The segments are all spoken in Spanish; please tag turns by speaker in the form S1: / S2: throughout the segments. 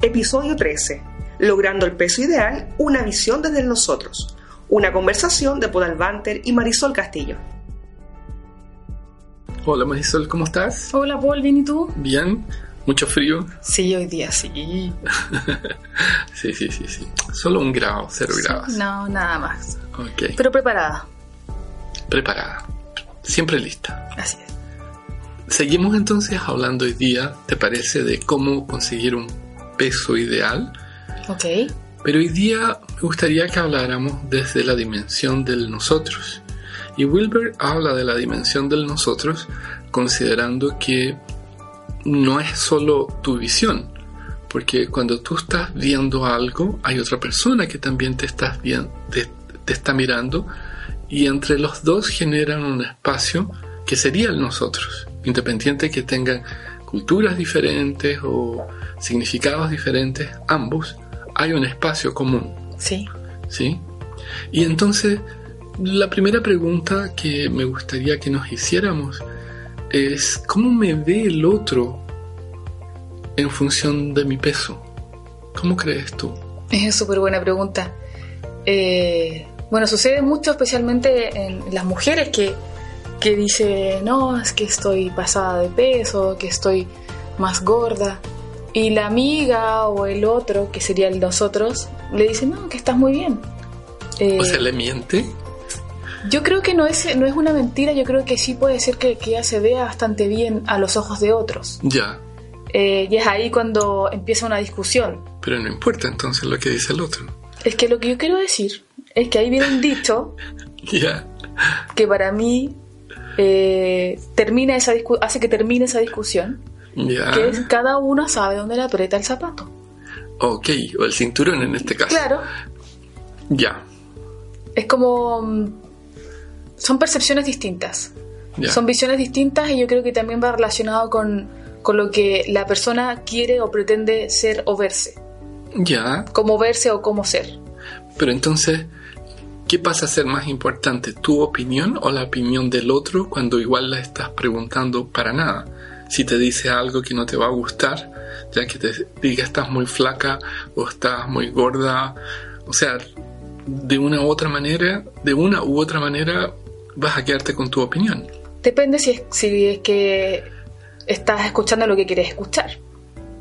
S1: Episodio 13. Logrando el peso ideal, una visión desde el nosotros. Una conversación de Podal Banter y Marisol Castillo.
S2: Hola Marisol, ¿cómo estás?
S3: Hola Paul, ¿bien y tú?
S2: Bien, mucho frío.
S3: Sí, hoy día sí.
S2: Sí, sí, sí, sí. Solo un grado, cero
S3: Pues
S2: grados.
S3: No, nada más.
S2: Ok,
S3: Pero preparada.
S2: preparada. Siempre lista.
S3: Así es.
S2: Seguimos entonces hablando hoy día, ¿te parece? De cómo conseguir un peso ideal.
S3: Ok.
S2: Pero hoy día me gustaría que habláramos desde la dimensión del nosotros. Y Wilber habla de la dimensión del nosotros considerando que no es solo tu visión, porque cuando tú estás viendo algo, hay otra persona que también te, estás vien- te- te está mirando y entre los dos generan un espacio que sería el nosotros, independiente que tengan culturas diferentes o significados diferentes, ambos, hay un espacio común,
S3: Sí.
S2: ¿sí? Y entonces, la primera pregunta que me gustaría que nos hiciéramos es, ¿cómo me ve el otro en función de mi peso? ¿Cómo crees tú?
S3: Es súper buena pregunta. Eh, bueno, sucede mucho, especialmente en las mujeres que, que dicen, no, es que estoy pasada de peso, que estoy más gorda. Y la amiga o el otro, que sería el nosotros, le dice, no, que estás muy bien. Eh,
S2: O sea, ¿le miente?
S3: Yo creo que no es, no es una mentira, yo creo que sí puede ser que, que ella se vea bastante bien a los ojos de otros.
S2: Ya,
S3: Eh, y es ahí cuando empieza una discusión.
S2: pero no importa entonces lo que dice el otro.
S3: Es que lo que yo quiero decir es que ahí viene un dicho
S2: Ya,
S3: que para mí eh, termina esa discu- hace que termine esa discusión,
S2: ya.
S3: que es cada uno sabe dónde le aprieta el zapato.
S2: Ok, o el cinturón en este caso.
S3: Claro,
S2: Ya,
S3: es como... mm, Son percepciones distintas.
S2: ya.
S3: Son visiones distintas y yo creo que también va relacionado con, con lo que la persona quiere o pretende ser o verse.
S2: Ya,
S3: Cómo verse o cómo ser.
S2: pero entonces, ¿qué pasa a ser más importante? ¿Tu opinión o la opinión del otro cuando igual la estás preguntando para nada? Si te dice algo que no te va a gustar, ya que te diga estás muy flaca o estás muy gorda, o sea, de una u otra manera, de una u otra manera vas a quedarte con tu opinión.
S3: Depende si es, si es que estás escuchando lo que quieres escuchar.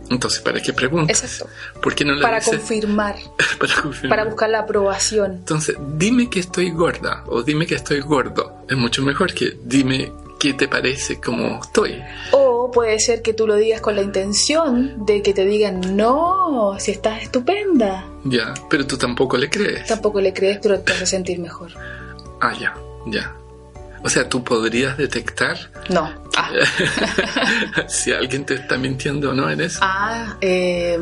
S2: Entonces, ¿para qué preguntas?
S3: Exacto.
S2: ¿Por qué no le
S3: Para
S2: dices-
S3: confirmar,
S2: para confirmar?
S3: para buscar la aprobación.
S2: Entonces, dime que estoy gorda o dime que estoy gordo. Es mucho mejor que dime qué te parece como estoy.
S3: O puede ser que tú lo digas con la intención de que te digan, no, si estás estupenda.
S2: Ya, pero tú tampoco le crees.
S3: Tampoco le crees, pero te hace sentir mejor.
S2: ah, ya, ya. O sea, tú podrías detectar
S3: No. Ah,
S2: si alguien te está mintiendo o no en eso.
S3: Ah, eh,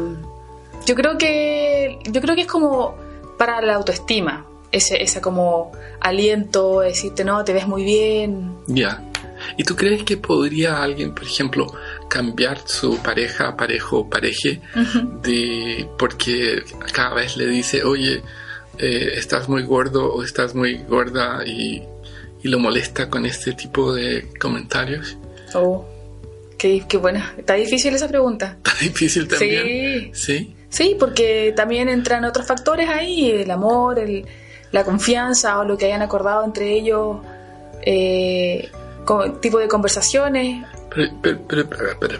S3: yo creo que yo creo que es como para la autoestima, ese, ese como aliento, decirte no, te ves muy bien.
S2: Ya. ¿Y tú crees que podría alguien, por ejemplo, cambiar su pareja, parejo, pareje, de porque cada vez le dice, oye, eh, estás muy gordo o estás muy gorda y, y lo molesta con este tipo de comentarios?
S3: Oh, qué, qué buena. Está difícil esa pregunta.
S2: Está difícil también.
S3: Sí,
S2: Sí.
S3: sí, porque también entran otros factores ahí, el amor, el- la confianza o lo que hayan acordado entre ellos, eh, co- tipo de conversaciones.
S2: Pero, pero- pero- pero- pero-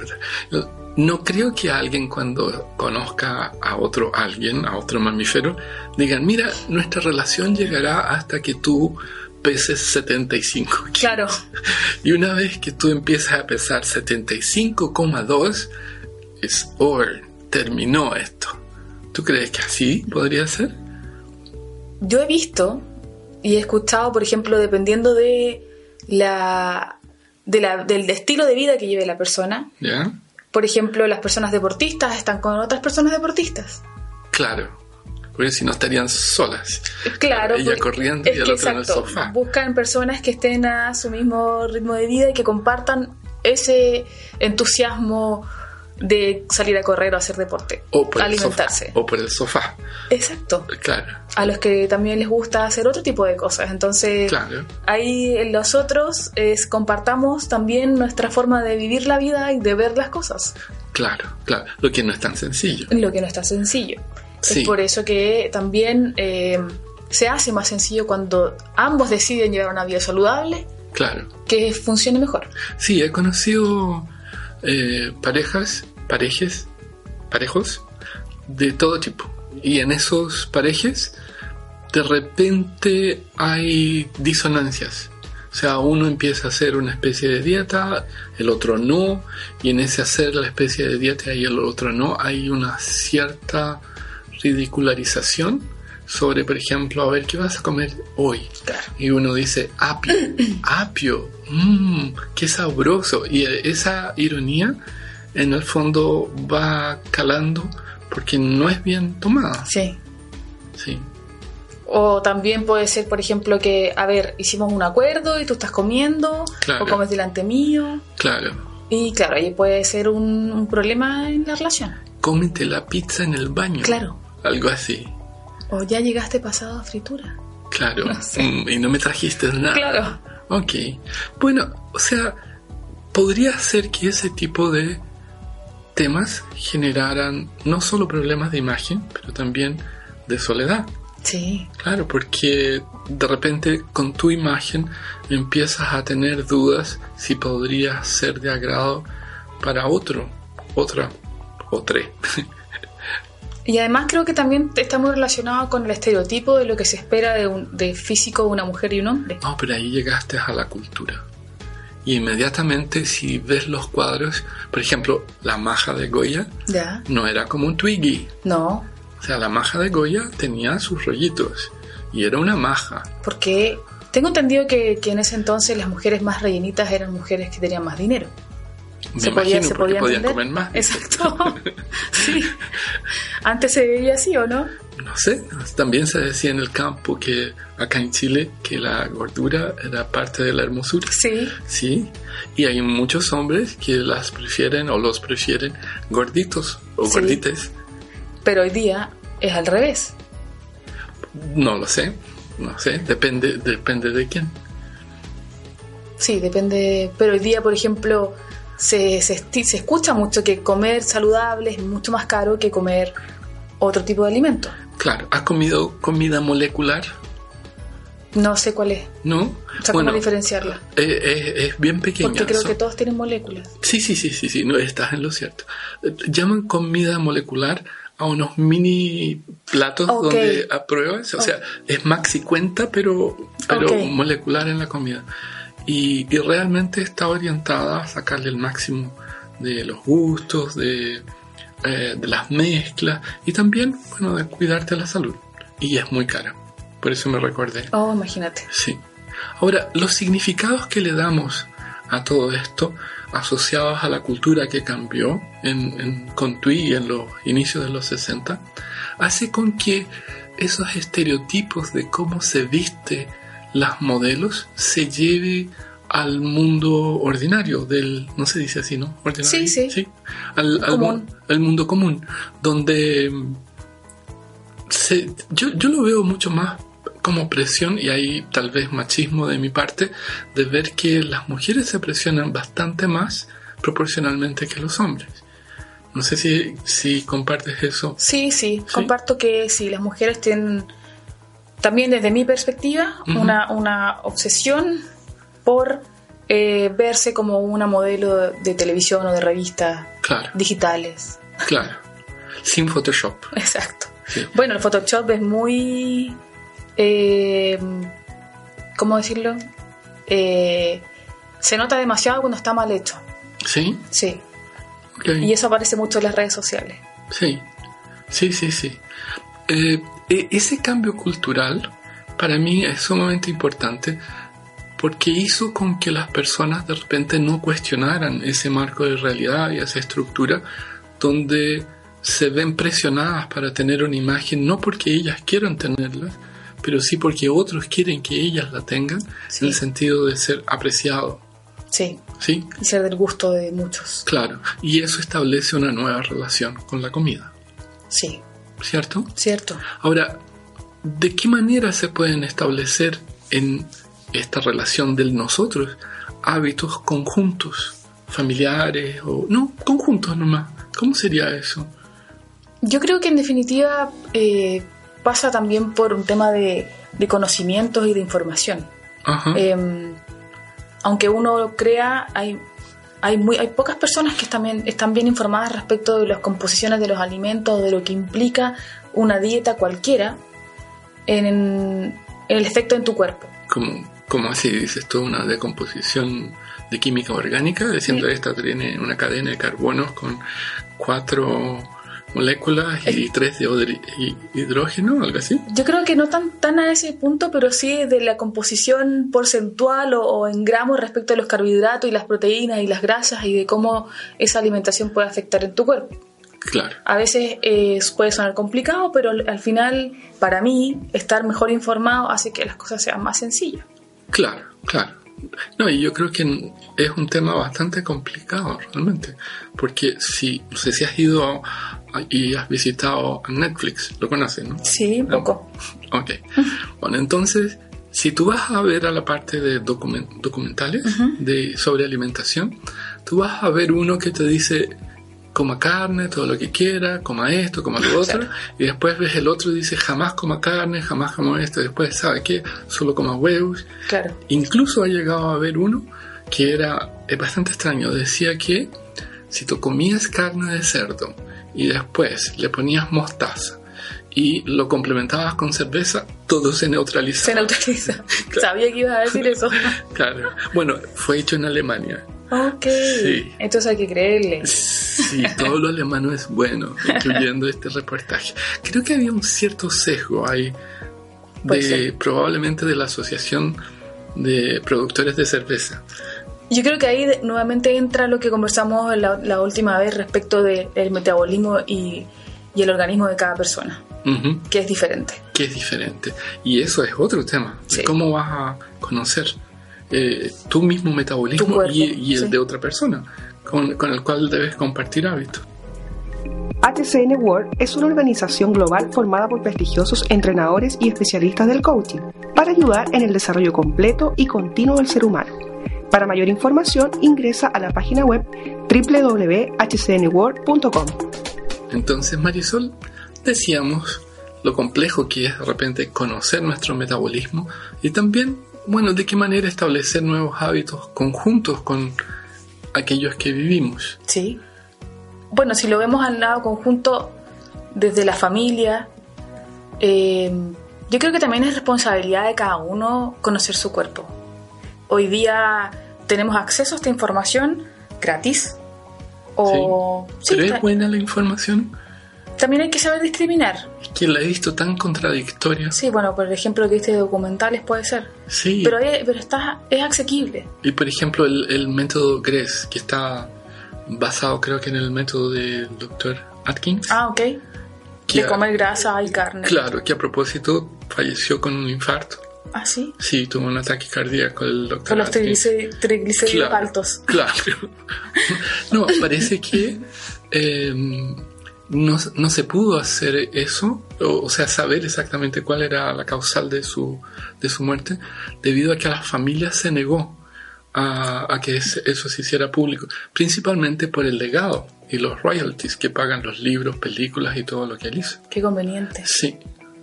S2: pero, no creo que alguien cuando conozca a otro alguien, a otro mamífero, digan, mira, nuestra relación llegará hasta que tú peses 75 kilos.
S3: Claro,
S2: Y una vez que tú empiezas a pesar 75,2, es over, terminó esto. ¿Tú crees que así podría ser?
S3: Yo he visto y he escuchado, por ejemplo, dependiendo de la, de la- del estilo de vida que lleve la persona,
S2: ¿Ya?
S3: Por ejemplo, las personas deportistas están con otras personas deportistas.
S2: Claro, porque si no estarían solas.
S3: Claro,
S2: Ella
S3: porque-
S2: corriendo
S3: es
S2: y el
S3: que
S2: otro en el
S3: exacto,
S2: sofá.
S3: Buscan personas que estén a su mismo ritmo de vida y que compartan ese entusiasmo de salir a correr o hacer deporte,
S2: O por
S3: alimentarse.
S2: el sofá. O por el sofá,
S3: Exacto.
S2: claro,
S3: A los que también les gusta hacer otro tipo de cosas. Entonces,
S2: claro.
S3: ahí en los otros es compartamos también nuestra forma de vivir la vida y de ver las cosas,
S2: Claro, claro. Lo que no es tan sencillo.
S3: lo que no está sencillo.
S2: Sí.
S3: Es por eso que también eh, se hace más sencillo cuando ambos deciden llevar una vida saludable
S2: Claro.
S3: que funcione mejor.
S2: Sí, he conocido eh, parejas, parejes, parejos de todo tipo. Y en esos parejes, de repente hay disonancias. O sea, uno empieza a hacer una especie de dieta, el otro no, y en ese hacer la especie de dieta y el otro no, hay una cierta ridicularización sobre, por ejemplo, a ver qué vas a comer hoy. Y uno dice, apio, apio, mmm, qué sabroso. Y eh, esa ironía en el fondo va calando porque no es bien tomada.
S3: Sí.
S2: Sí,
S3: O también puede ser, por ejemplo, que, a ver, hicimos un acuerdo y tú estás comiendo
S2: Claro.
S3: o comes delante mío.
S2: claro.
S3: Y claro, ahí puede ser un, un problema en la relación.
S2: Cómete la pizza en el baño.
S3: Claro.
S2: Algo así.
S3: O ya llegaste pasado a fritura.
S2: Claro.
S3: No sé.
S2: Mm, y no me trajiste nada.
S3: Claro.
S2: Ok. Bueno, o sea, podría ser que ese tipo de temas generaran no solo problemas de imagen, pero también de soledad.
S3: Sí,
S2: Claro, porque de repente con tu imagen empiezas a tener dudas si podrías ser de agrado para otro, otra o tres.
S3: Y además creo que también está muy relacionado con el estereotipo de lo que se espera de, un, de físico de una mujer y un hombre.
S2: No, pero ahí llegaste a la cultura. Y inmediatamente si ves los cuadros, por ejemplo, la maja de Goya
S3: Ya.
S2: no era como un Twiggy.
S3: No,
S2: O sea, la maja de Goya tenía sus rollitos y era una maja.
S3: porque tengo entendido que, que en ese entonces las mujeres más rellenitas eran mujeres que tenían más dinero.
S2: Me
S3: Se podía-
S2: imagino
S3: se
S2: porque
S3: podía
S2: podían
S3: entender.
S2: comer más.
S3: Exacto. sí. Antes se veía así, ¿o no?
S2: No sé, también se decía en el campo que acá en Chile que la gordura era parte de la hermosura.
S3: Sí.
S2: Sí, y hay muchos hombres que las prefieren o los prefieren gorditos o
S3: Sí.
S2: gordites.
S3: Pero hoy día es al revés.
S2: No lo sé, no sé, depende, depende de quién.
S3: Sí, depende. Pero hoy día, por ejemplo, se, se, esti- se escucha mucho que comer saludable es mucho más caro que comer otro tipo de alimento.
S2: Claro, ¿has comido comida molecular?
S3: No sé cuál es.
S2: ¿No?
S3: O sea, ¿cómo diferenciarla?
S2: eh, eh, es bien pequeña.
S3: Porque creo
S2: son-
S3: que todos tienen moléculas.
S2: Sí, sí, sí, sí, sí, no, estás en lo cierto. Eh, Llaman comida molecular a unos mini platos
S3: Ok.
S2: donde apruebas, o sea, es maxi cuenta, pero, pero
S3: Ok.
S2: molecular en la comida. Y, y realmente está orientada a sacarle el máximo de los gustos, de, eh, de las mezclas y también, bueno, de cuidarte la salud. Y es muy cara, por eso me recordé.
S3: Oh, imagínate.
S2: Sí. Ahora, los significados que le damos a todo esto, asociados a la cultura que cambió en, en, con Tui en los inicios de los 60, hace con que esos estereotipos de cómo se viste las modelos se lleve al mundo ordinario del no se dice así no ordinario
S3: Sí, sí.
S2: al, al mu-
S3: Común.
S2: al mundo común donde mm, se- yo, yo lo veo mucho más como presión y hay tal vez machismo de mi parte de ver que las mujeres se presionan bastante más proporcionalmente que los hombres. No sé si, si compartes eso.
S3: Sí, sí, comparto que sí, las mujeres tienen también desde mi perspectiva
S2: Ujú.
S3: una, una obsesión por eh, verse como una modelo de, de televisión o de revistas
S2: Claro,
S3: digitales.
S2: claro. Sin Photoshop.
S3: Exacto.
S2: Sí.
S3: Bueno, el Photoshop es muy... eh, ¿Cómo decirlo? Eh, se nota demasiado cuando está mal hecho.
S2: ¿Sí?
S3: Sí.
S2: Ok.
S3: Y eso aparece mucho en las redes sociales.
S2: Sí, sí, sí, sí. Eh, e- ese cambio cultural para mí es sumamente importante porque hizo con que las personas de repente no cuestionaran ese marco de realidad y esa estructura donde se ven presionadas para tener una imagen, no porque ellas quieran tenerla, pero sí porque otros quieren que ellas la tengan,
S3: Sí.
S2: en el sentido de ser apreciado.
S3: Sí,
S2: ¿Sí?
S3: y ser del gusto de muchos.
S2: Claro. Y eso establece una nueva relación con la comida,
S3: Sí,
S2: ¿cierto?
S3: cierto.
S2: Ahora, ¿de qué manera se pueden establecer en esta relación del nosotros hábitos conjuntos, familiares o no, conjuntos nomás? ¿Cómo sería eso?
S3: Yo creo que en definitiva eh, pasa también por un tema de, de conocimientos y de información.
S2: Ajá.
S3: Eh, aunque uno crea, hay, hay, muy, hay pocas personas que también están bien informadas respecto de las composiciones de los alimentos, de lo que implica una dieta cualquiera en, en el efecto en tu cuerpo.
S2: como, como así dices tú, una decomposición de química orgánica, diciendo esta tiene una cadena de carbonos con cuatro moléculas y tres de odri- y- hidrógeno, algo así.
S3: Yo creo que no tan, tan a ese punto, pero sí de la composición porcentual o, o en gramos respecto a los carbohidratos y las proteínas y las grasas y de cómo esa alimentación puede afectar en tu cuerpo.
S2: Claro,
S3: A veces eh, puede sonar complicado, pero al al final, para mí, estar mejor informado hace que las cosas sean más sencillas.
S2: claro, claro. No, y yo creo que es un tema bastante complicado realmente, porque si, no sé si has ido a- y has visitado Netflix, lo conoces, ¿no? Ah,
S3: Sí, un poco.
S2: Ok. Bueno, entonces, si tú vas a ver a la parte de documen- documentales de, sobre alimentación, tú vas a ver uno que te dice coma carne, todo lo que quiera, coma esto, coma lo otro, y después ves el otro y dice jamás coma carne, jamás coma esto, y después, ¿sabe qué? Solo coma huevos.
S3: Claro.
S2: Incluso ha llegado a ver uno que era es bastante extraño. Decía que si tú comías carne de cerdo y después le ponías mostaza y lo complementabas con cerveza, todo se neutralizaba.
S3: Se neutraliza. Sabía que ibas a decir eso.
S2: Claro. Bueno, fue hecho en Alemania.
S3: ok.
S2: Sí.
S3: Entonces hay que creerle.
S2: Sí, todo lo alemán es bueno, incluyendo este reportaje. Creo que había un cierto sesgo ahí,
S3: Puede
S2: de,
S3: ser.
S2: probablemente de la Asociación de Productores de Cerveza.
S3: Yo creo que ahí de- nuevamente entra lo que conversamos la, la última vez respecto del metabolismo y, y el organismo de cada persona,
S2: Ujú.
S3: que es diferente.
S2: que es diferente. Y eso es otro tema. de
S3: Sí.
S2: ¿Cómo vas a conocer eh, tu mismo metabolismo
S3: Tu cuerpo,
S2: y, y el
S3: sí.
S2: de otra persona con, con el cual debes compartir hábitos?
S1: HCN World es una organización global formada por prestigiosos entrenadores y especialistas del coaching para ayudar en el desarrollo completo y continuo del ser humano. Para mayor información ingresa a la página web www.hcnworld.com.
S2: Entonces, Marisol, decíamos lo complejo que es de repente conocer nuestro metabolismo y también, bueno, de qué manera establecer nuevos hábitos conjuntos con aquellos que vivimos.
S3: Sí. Bueno, si lo vemos al lado conjunto, desde la familia, eh, yo creo que también es responsabilidad de cada uno conocer su cuerpo. Hoy día tenemos acceso a esta información gratis. O, sí,
S2: ¿Pero
S3: ta-
S2: es buena la información?
S3: también hay que saber discriminar.
S2: Es que la he visto tan contradictoria.
S3: Sí, bueno, por ejemplo, que viste de documentales puede ser.
S2: Sí.
S3: Pero, es, pero está, es asequible.
S2: Y por ejemplo, el, el método GRES, que está basado creo que en el método del doctor Atkins.
S3: Ah, ok.
S2: que
S3: De
S2: a-
S3: comer grasa y carne.
S2: Claro, que a propósito falleció con un infarto.
S3: Ah, sí.
S2: Sí, tuvo un ataque cardíaco el doctor
S3: Con los
S2: Atkins.
S3: triglice- triglicéridos
S2: Claro,
S3: altos.
S2: Claro. No, parece que eh, no, no se pudo hacer eso, o, o sea, saber exactamente cuál era la causal de su, de su muerte, debido a que la familia se negó a, a que es- eso se hiciera público, principalmente por el legado y los royalties que pagan los libros, películas y todo lo que él hizo.
S3: Qué conveniente.
S2: Sí,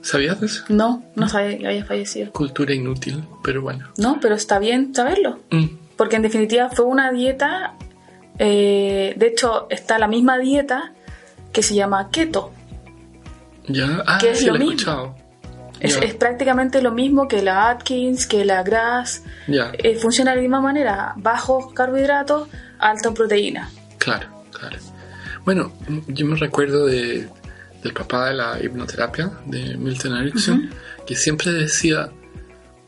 S2: ¿sabías de eso?
S3: No, no sabía que había fallecido.
S2: Cultura inútil, pero bueno.
S3: No, pero está bien saberlo.
S2: Mm,
S3: Porque en definitiva fue una dieta. eh, de hecho, está la misma dieta que se llama keto.
S2: ya, ah,
S3: Que es
S2: sí,
S3: lo
S2: lo he
S3: mismo.
S2: escuchado.
S3: Es,
S2: Ya,
S3: es prácticamente lo mismo que la Atkins, que la GRAS.
S2: ya.
S3: Eh, funciona de la misma manera: bajos carbohidratos, alta en proteína.
S2: Claro, claro. Bueno, m- yo me recuerdo de, del papá de la hipnoterapia, de Milton Erickson, que siempre decía,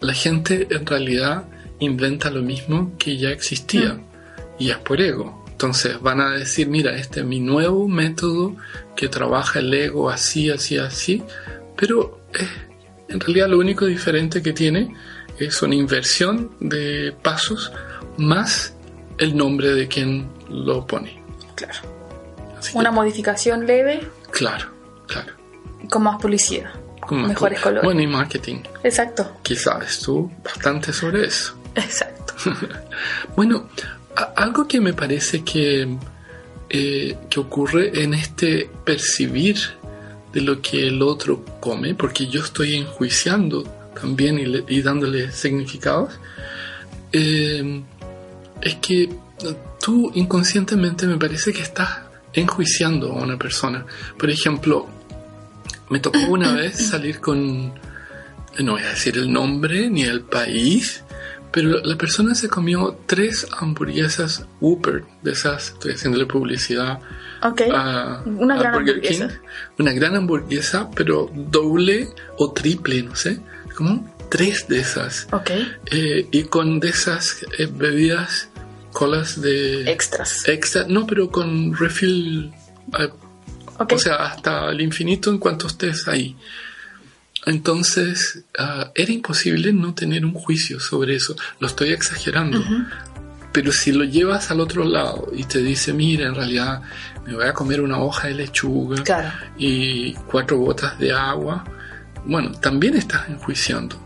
S2: la gente en realidad inventa lo mismo que ya existía y es por ego. Entonces van a decir, mira, este es mi nuevo método que trabaja el ego así, así, así, pero eh, en realidad lo único diferente que tiene es una inversión de pasos más el nombre de quien lo pone.
S3: Claro.
S2: Así que-
S3: Una modificación leve
S2: claro, claro.
S3: con más publicidad.
S2: Con más
S3: Mejores
S2: po-
S3: colores.
S2: Bueno, y marketing,
S3: Exacto,
S2: que sabes tú bastante sobre eso.
S3: exacto.
S2: Bueno, a- algo que me parece que, eh, que ocurre en este percibir de lo que el otro come, porque yo estoy enjuiciando también y, le- y dándole significados, eh, es que tú inconscientemente me parece que estás enjuiciando a una persona. Por ejemplo, me tocó una vez salir con, no voy a decir el nombre ni el país, pero la persona se comió tres hamburguesas Whopper, de esas, estoy haciéndole publicidad
S3: Ok.
S2: a,
S3: ¿Eh? Una
S2: a
S3: gran
S2: Burger
S3: hamburguesa.
S2: King. Una gran hamburguesa, pero doble o triple, no sé, como tres de esas.
S3: Ok.
S2: Eh, y con de esas eh, bebidas, colas de...
S3: Extras.
S2: extra, no, pero con refill... eh,
S3: Ok.
S2: o sea, hasta el infinito en cuanto estés ahí. Entonces, ah, era imposible no tener un juicio sobre eso. Lo estoy exagerando. Pero si lo llevas al otro lado y te dice, mira, en realidad me voy a comer una hoja de lechuga
S3: Claro.
S2: y cuatro gotas de agua, bueno, también estás enjuiciando.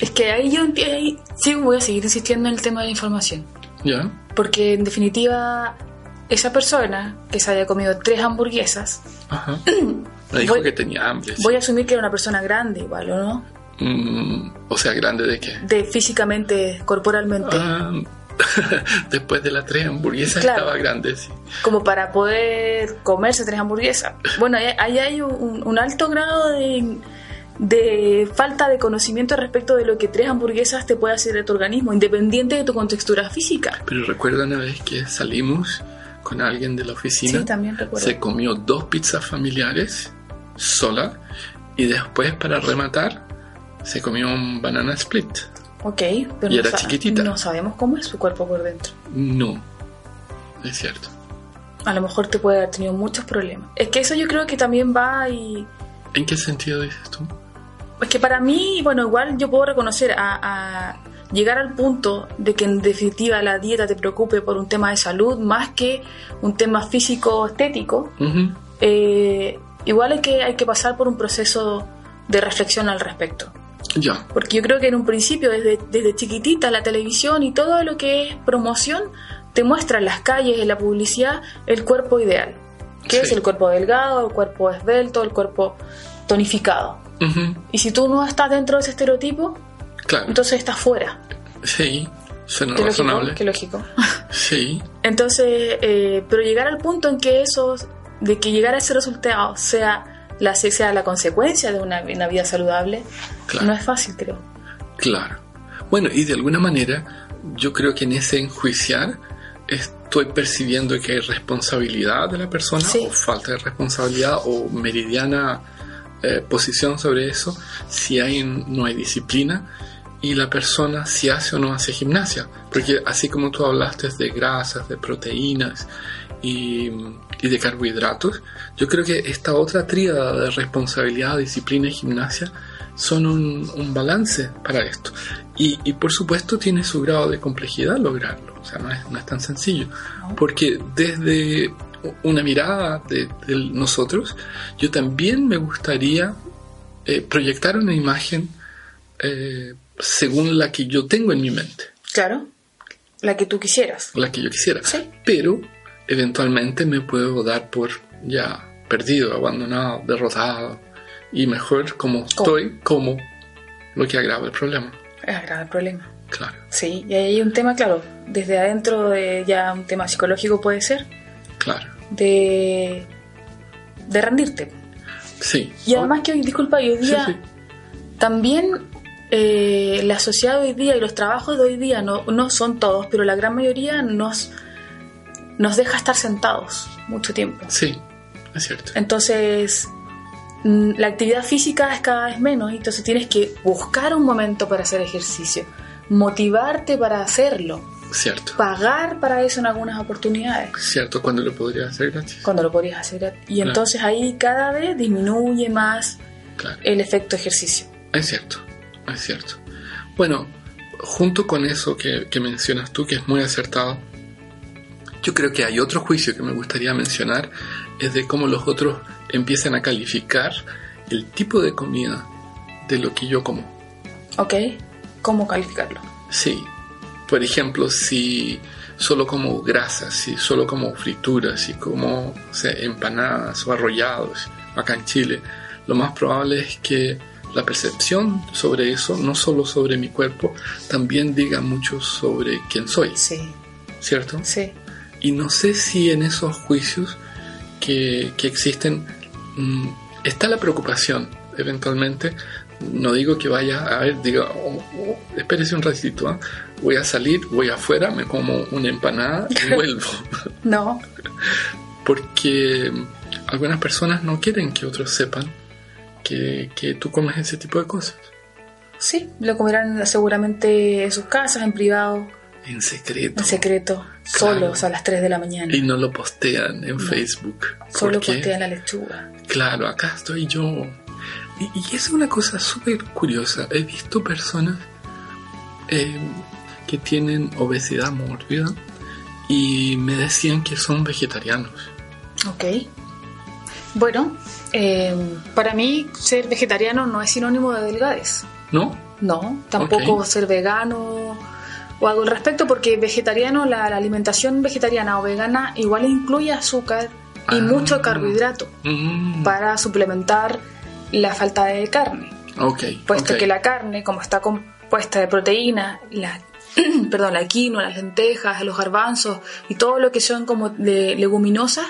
S3: es que ahí yo enti- ahí sí voy a seguir insistiendo en el tema de la información.
S2: ¿Ya?
S3: Porque en definitiva, esa persona que se haya comido tres hamburguesas,
S2: Ajá. Me dijo
S3: Voy-
S2: que tenía hambre. sí.
S3: voy a asumir que era una persona grande igual, ¿o no?
S2: Mm, o sea, grande de qué.
S3: De físicamente, corporalmente.
S2: Ah, después de las tres hamburguesas
S3: Claro.
S2: estaba grande, sí.
S3: como para poder comerse tres hamburguesas. Bueno, ahí, ahí hay un, un alto grado de, de falta de conocimiento respecto de lo que tres hamburguesas te puede hacer de tu organismo, independiente de tu contextura física.
S2: Pero recuerda una vez que salimos con alguien de la oficina.
S3: Sí, también recuerdo.
S2: Se comió dos pizzas familiares sola y después para rematar se comió un banana split.
S3: Ok, pero
S2: Y
S3: no
S2: era
S3: sa-
S2: chiquitita.
S3: No sabemos cómo es su cuerpo por dentro.
S2: No, es cierto.
S3: A lo mejor te puede haber tenido muchos problemas. Es que eso yo creo que también va y...
S2: ¿En qué sentido dices tú?
S3: Es que para mí, bueno, igual yo puedo reconocer a, a llegar al punto de que en definitiva la dieta te preocupe por un tema de salud más que un tema físico estético.
S2: Ujú,
S3: eh, igual hay que, hay que pasar por un proceso de reflexión al respecto.
S2: Ya,
S3: Porque yo creo que en un principio, desde, desde chiquitita, la televisión y todo lo que es promoción te muestra en las calles, en la publicidad, el cuerpo ideal. Que
S2: Sí.
S3: es el cuerpo delgado, el cuerpo esbelto, el cuerpo tonificado.
S2: ujú,
S3: Y si tú no estás dentro de ese estereotipo,
S2: claro.
S3: entonces estás fuera.
S2: sí, suena
S3: Qué lógico,
S2: razonable.
S3: qué lógico.
S2: Sí,
S3: Entonces, eh, pero llegar al punto en que eso, de que llegar a ese resultado sea la, sea la consecuencia de una, una vida saludable,
S2: Claro.
S3: no es fácil, creo.
S2: claro. Bueno, y de alguna manera yo creo que en ese enjuiciar estoy percibiendo que hay responsabilidad de la persona
S3: Sí.
S2: o falta de responsabilidad o meridiana eh, posición sobre eso, si hay no hay disciplina y la persona si hace o no hace gimnasia. Porque así como tú hablaste de grasas, de proteínas y, y de carbohidratos, yo creo que esta otra tríada de responsabilidad, disciplina y gimnasia son un, un balance para esto. Y, y por supuesto tiene su grado de complejidad lograrlo, o sea, no es, no es tan sencillo. Porque desde una mirada de- de nosotros, yo también me gustaría eh, proyectar una imagen eh, según la que yo tengo en mi mente,
S3: Claro, la que tú quisieras.
S2: la que yo quisiera.
S3: Sí.
S2: Pero eventualmente me puedo dar por ya perdido, abandonado, derrotado y mejor como estoy, como lo que agrava el problema.
S3: Es el grave problema.
S2: Claro,
S3: Sí, y ahí hay un tema, claro, desde adentro de ya un tema psicológico puede ser,
S2: claro.
S3: de, de rendirte.
S2: Sí.
S3: Y además que hoy, disculpa, y hoy
S2: Sí,
S3: día
S2: sí.
S3: También eh, la sociedad de hoy día y los trabajos de hoy día, no, no son todos, pero la gran mayoría nos, nos deja estar sentados mucho tiempo.
S2: Sí, es cierto.
S3: Eh, Entonces, mm, la actividad física es cada vez menos, entonces tienes que buscar un momento para hacer ejercicio, motivarte para hacerlo,
S2: Cierto.
S3: pagar para eso en algunas oportunidades,
S2: Cierto, cuando lo podría hacer gratis.
S3: cuando lo podrías hacer. gratis. Y
S2: Claro.
S3: entonces ahí cada vez disminuye más
S2: Claro.
S3: el efecto ejercicio.
S2: Es cierto, es cierto. Bueno, junto con eso que, que mencionas tú, que es muy acertado, yo creo que hay otro juicio que me gustaría mencionar, es de cómo los otros empiezan a calificar el tipo de comida de lo que yo como.
S3: ¿Ok? ¿Cómo calificarlo?
S2: Sí. Por ejemplo, si solo como grasas, si solo como frituras, si como o sea, empanadas o arrollados acá en Chile, lo más probable es que la percepción sobre eso, no solo sobre mi cuerpo, también diga mucho sobre quién soy,
S3: Sí,
S2: ¿cierto?
S3: sí.
S2: Y no sé si en esos juicios que, que existen mm, está la preocupación, eventualmente. No digo que vaya a ver, diga, "Oh, oh, espérese un ratito, ¿ah? voy a salir, voy afuera, me como una empanada y vuelvo.
S3: No,
S2: Porque algunas personas no quieren que otros sepan que, que tú comes ese tipo de cosas.
S3: sí, lo comerán seguramente en sus casas, en privado,
S2: En secreto.
S3: en secreto, solos a las 3 de la mañana.
S2: Y no lo postean en Facebook.
S3: Solo
S2: porque-
S3: postean la lechuga.
S2: Claro, acá estoy yo. Y, y es una cosa súper curiosa. He visto personas eh, que tienen obesidad mórbida y me decían que son vegetarianos.
S3: Ok. Bueno, eh, para mí ser vegetariano no es sinónimo de delgadez.
S2: ¿No?
S3: No, tampoco
S2: Ok.
S3: ser vegano o algo al respecto, porque vegetariano, la, la alimentación vegetariana o vegana igual incluye azúcar y
S2: Ah.
S3: mucho carbohidrato
S2: Mm,
S3: para suplementar la falta de carne.
S2: ok.
S3: puesto
S2: ok.
S3: que la carne, como está compuesta de proteínas, la, perdón, la quinoa, las lentejas, los garbanzos y todo lo que son como de leguminosas,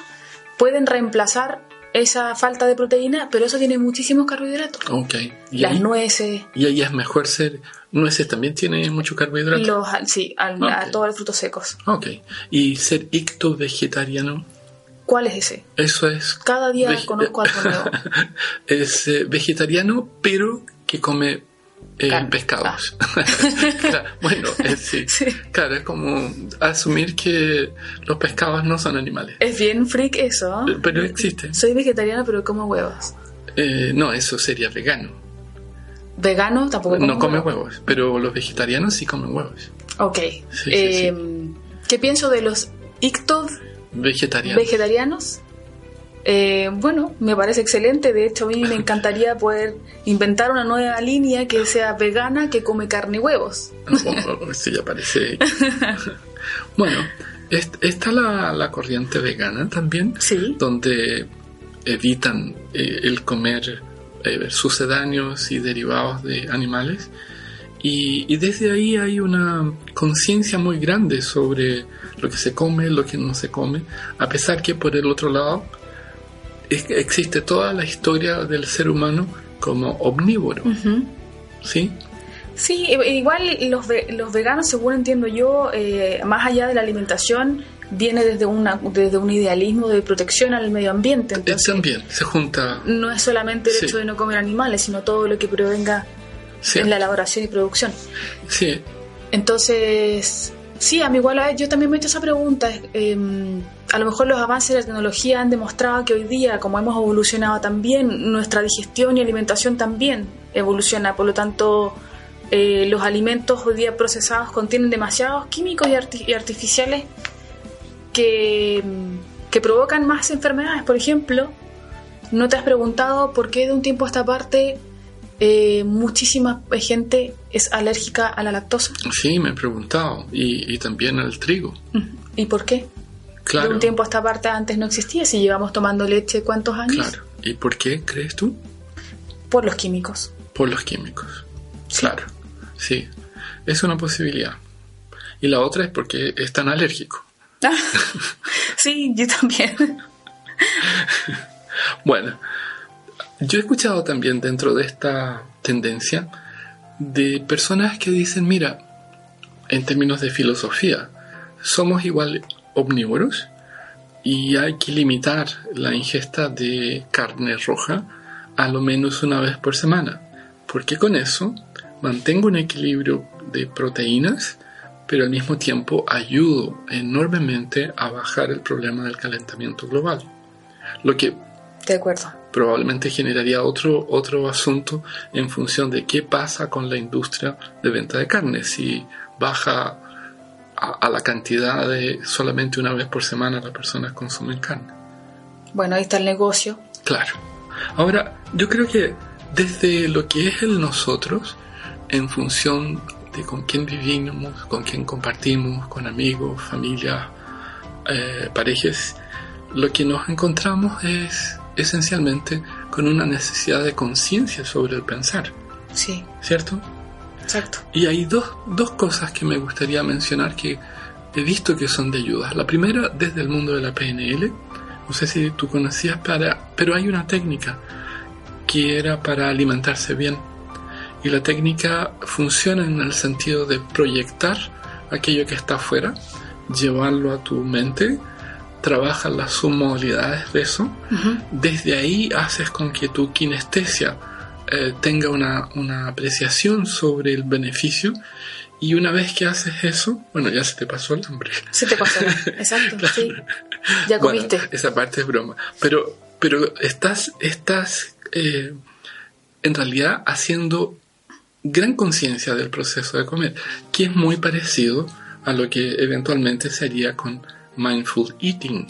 S3: pueden reemplazar esa falta de proteína, pero eso tiene muchísimos carbohidratos.
S2: Ok. ¿Y
S3: Las
S2: ahí,
S3: nueces,
S2: y ahí es mejor ser... Nueces también tiene mucho carbohidrato.
S3: los, al- sí, al- a
S2: Ok.
S3: todos los frutos secos.
S2: Ok. ¿Y ser icto vegetariano?
S3: ¿Cuál es ese?
S2: Eso es...
S3: Cada día
S2: Vege-
S3: conozco algo nuevo.
S2: es eh, vegetariano, pero que come eh,
S3: Carne. Ah.
S2: pescados. Claro, bueno, eh, sí.
S3: Sí.
S2: Claro, es como asumir que los pescados no son animales.
S3: Es bien freak eso. ¿eh?
S2: Pero existen.
S3: Soy vegetariana pero como huevos.
S2: Eh, no, eso sería vegano.
S3: Vegano tampoco como
S2: No come
S3: huevos.
S2: huevos, pero los vegetarianos sí comen huevos.
S3: Ok.
S2: sí,
S3: Eh, ¿Qué pienso de los ictos
S2: Vegetarianos.
S3: vegetarianos. Eh, bueno, me parece excelente. De hecho, a mí me encantaría poder inventar una nueva línea que sea vegana que come carne y huevos.
S2: Oh, sí, ya parece. bueno, est- está la, la corriente vegana también.
S3: Sí.
S2: donde evitan eh, el comer eh, sucedáneos y derivados de animales. Y, y desde ahí hay una conciencia muy grande sobre lo que se come, lo que no se come, a pesar que por el otro lado es- existe toda la historia del ser humano como omnívoro, ¿sí?
S3: Sí, i- igual los, ve- los veganos, según entiendo yo, eh, más allá de la alimentación, viene desde, una, desde un idealismo de protección al medio ambiente.
S2: Eh,
S3: Entonces,
S2: También se junta,
S3: no es solamente el
S2: Sí.
S3: hecho de no comer animales, sino todo lo que provenga
S2: sí,
S3: en la elaboración y producción.
S2: sí,
S3: Entonces, sí, a mí igual a- yo también me he hecho esa pregunta. eh, a lo mejor los avances de la tecnología han demostrado que hoy día, como hemos evolucionado también, nuestra digestión y alimentación también evoluciona. Por lo tanto, eh, los alimentos hoy día procesados contienen demasiados químicos y, arti- y artificiales que, mm, que provocan más enfermedades. Por ejemplo, ¿no te has preguntado por qué de un tiempo a esta parte eh, muchísima gente es alérgica a la lactosa?
S2: sí, me he preguntado. Y, y también al trigo,
S3: ¿Y por qué?
S2: claro.
S3: De un tiempo a esta parte antes no existía, si llevamos tomando leche cuántos años?
S2: Claro. ¿Y por qué crees tú?
S3: Por los químicos.
S2: Por los químicos.
S3: Sí.
S2: Claro, sí. Es una posibilidad. Y la otra es porque es tan alérgico.
S3: sí, yo también.
S2: Bueno, yo he escuchado también dentro de esta tendencia de personas que dicen, mira, en términos de filosofía, somos igual omnívoros y hay que limitar la ingesta de carne roja a lo menos una vez por semana, porque con eso mantengo un equilibrio de proteínas, pero al mismo tiempo ayudo enormemente a bajar el problema del calentamiento global. Lo que
S3: De acuerdo.
S2: probablemente generaría otro, otro asunto en función de qué pasa con la industria de venta de carne, si baja a, a la cantidad de solamente una vez por semana las personas consumen carne.
S3: Bueno, ahí está el negocio.
S2: Claro. Ahora, yo creo que desde lo que es el nosotros, en función de con quién vivimos, con quién compartimos, con amigos, familia, eh, parejas, lo que nos encontramos es esencialmente con una necesidad de conciencia sobre el pensar,
S3: Sí,
S2: ¿cierto?
S3: exacto.
S2: Y hay dos, dos cosas que me gustaría mencionar que he visto que son de ayuda. La primera, desde el mundo de la PNL. No sé si tú conocías, para, pero hay una técnica que era para alimentarse bien. Y la técnica funciona en el sentido de proyectar aquello que está afuera, llevarlo a tu mente, trabajas las submodalidades de eso
S3: Ujú.
S2: desde ahí haces con que tu kinestesia eh, tenga una, una apreciación sobre el beneficio y una vez que haces eso, bueno, ya se te pasó el hambre.
S3: Se te pasó. Exacto, sí. Ya
S2: Bueno,
S3: comiste.
S2: esa parte es broma. Pero, pero estás, estás eh, en realidad haciendo gran conciencia del proceso de comer, que es muy parecido a lo que eventualmente se haría con mindful eating.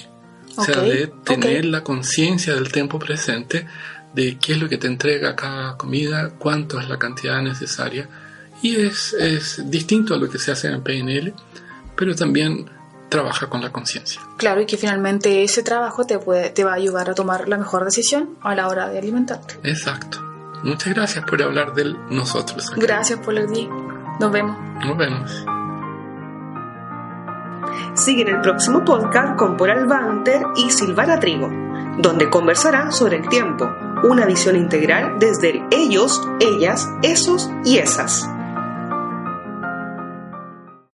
S2: O sea,
S3: Ok,
S2: de
S3: ok.
S2: tener la conciencia del tiempo presente, de qué es lo que te entrega cada comida, cuánto es la cantidad necesaria. Y es, es distinto a lo que se hace en PNL, pero también trabaja con la conciencia.
S3: Claro, y que finalmente ese trabajo te, puede, te va a ayudar a tomar la mejor decisión a la hora de alimentarte.
S2: Exacto. Muchas gracias por hablar del nosotros. acá.
S3: Gracias por el día. Nos vemos.
S2: Nos vemos.
S1: Siguen el próximo podcast con Poral Banter y Silvana Trigo, donde conversarán sobre el tiempo, una visión integral desde el ellos, ellas, esos y esas.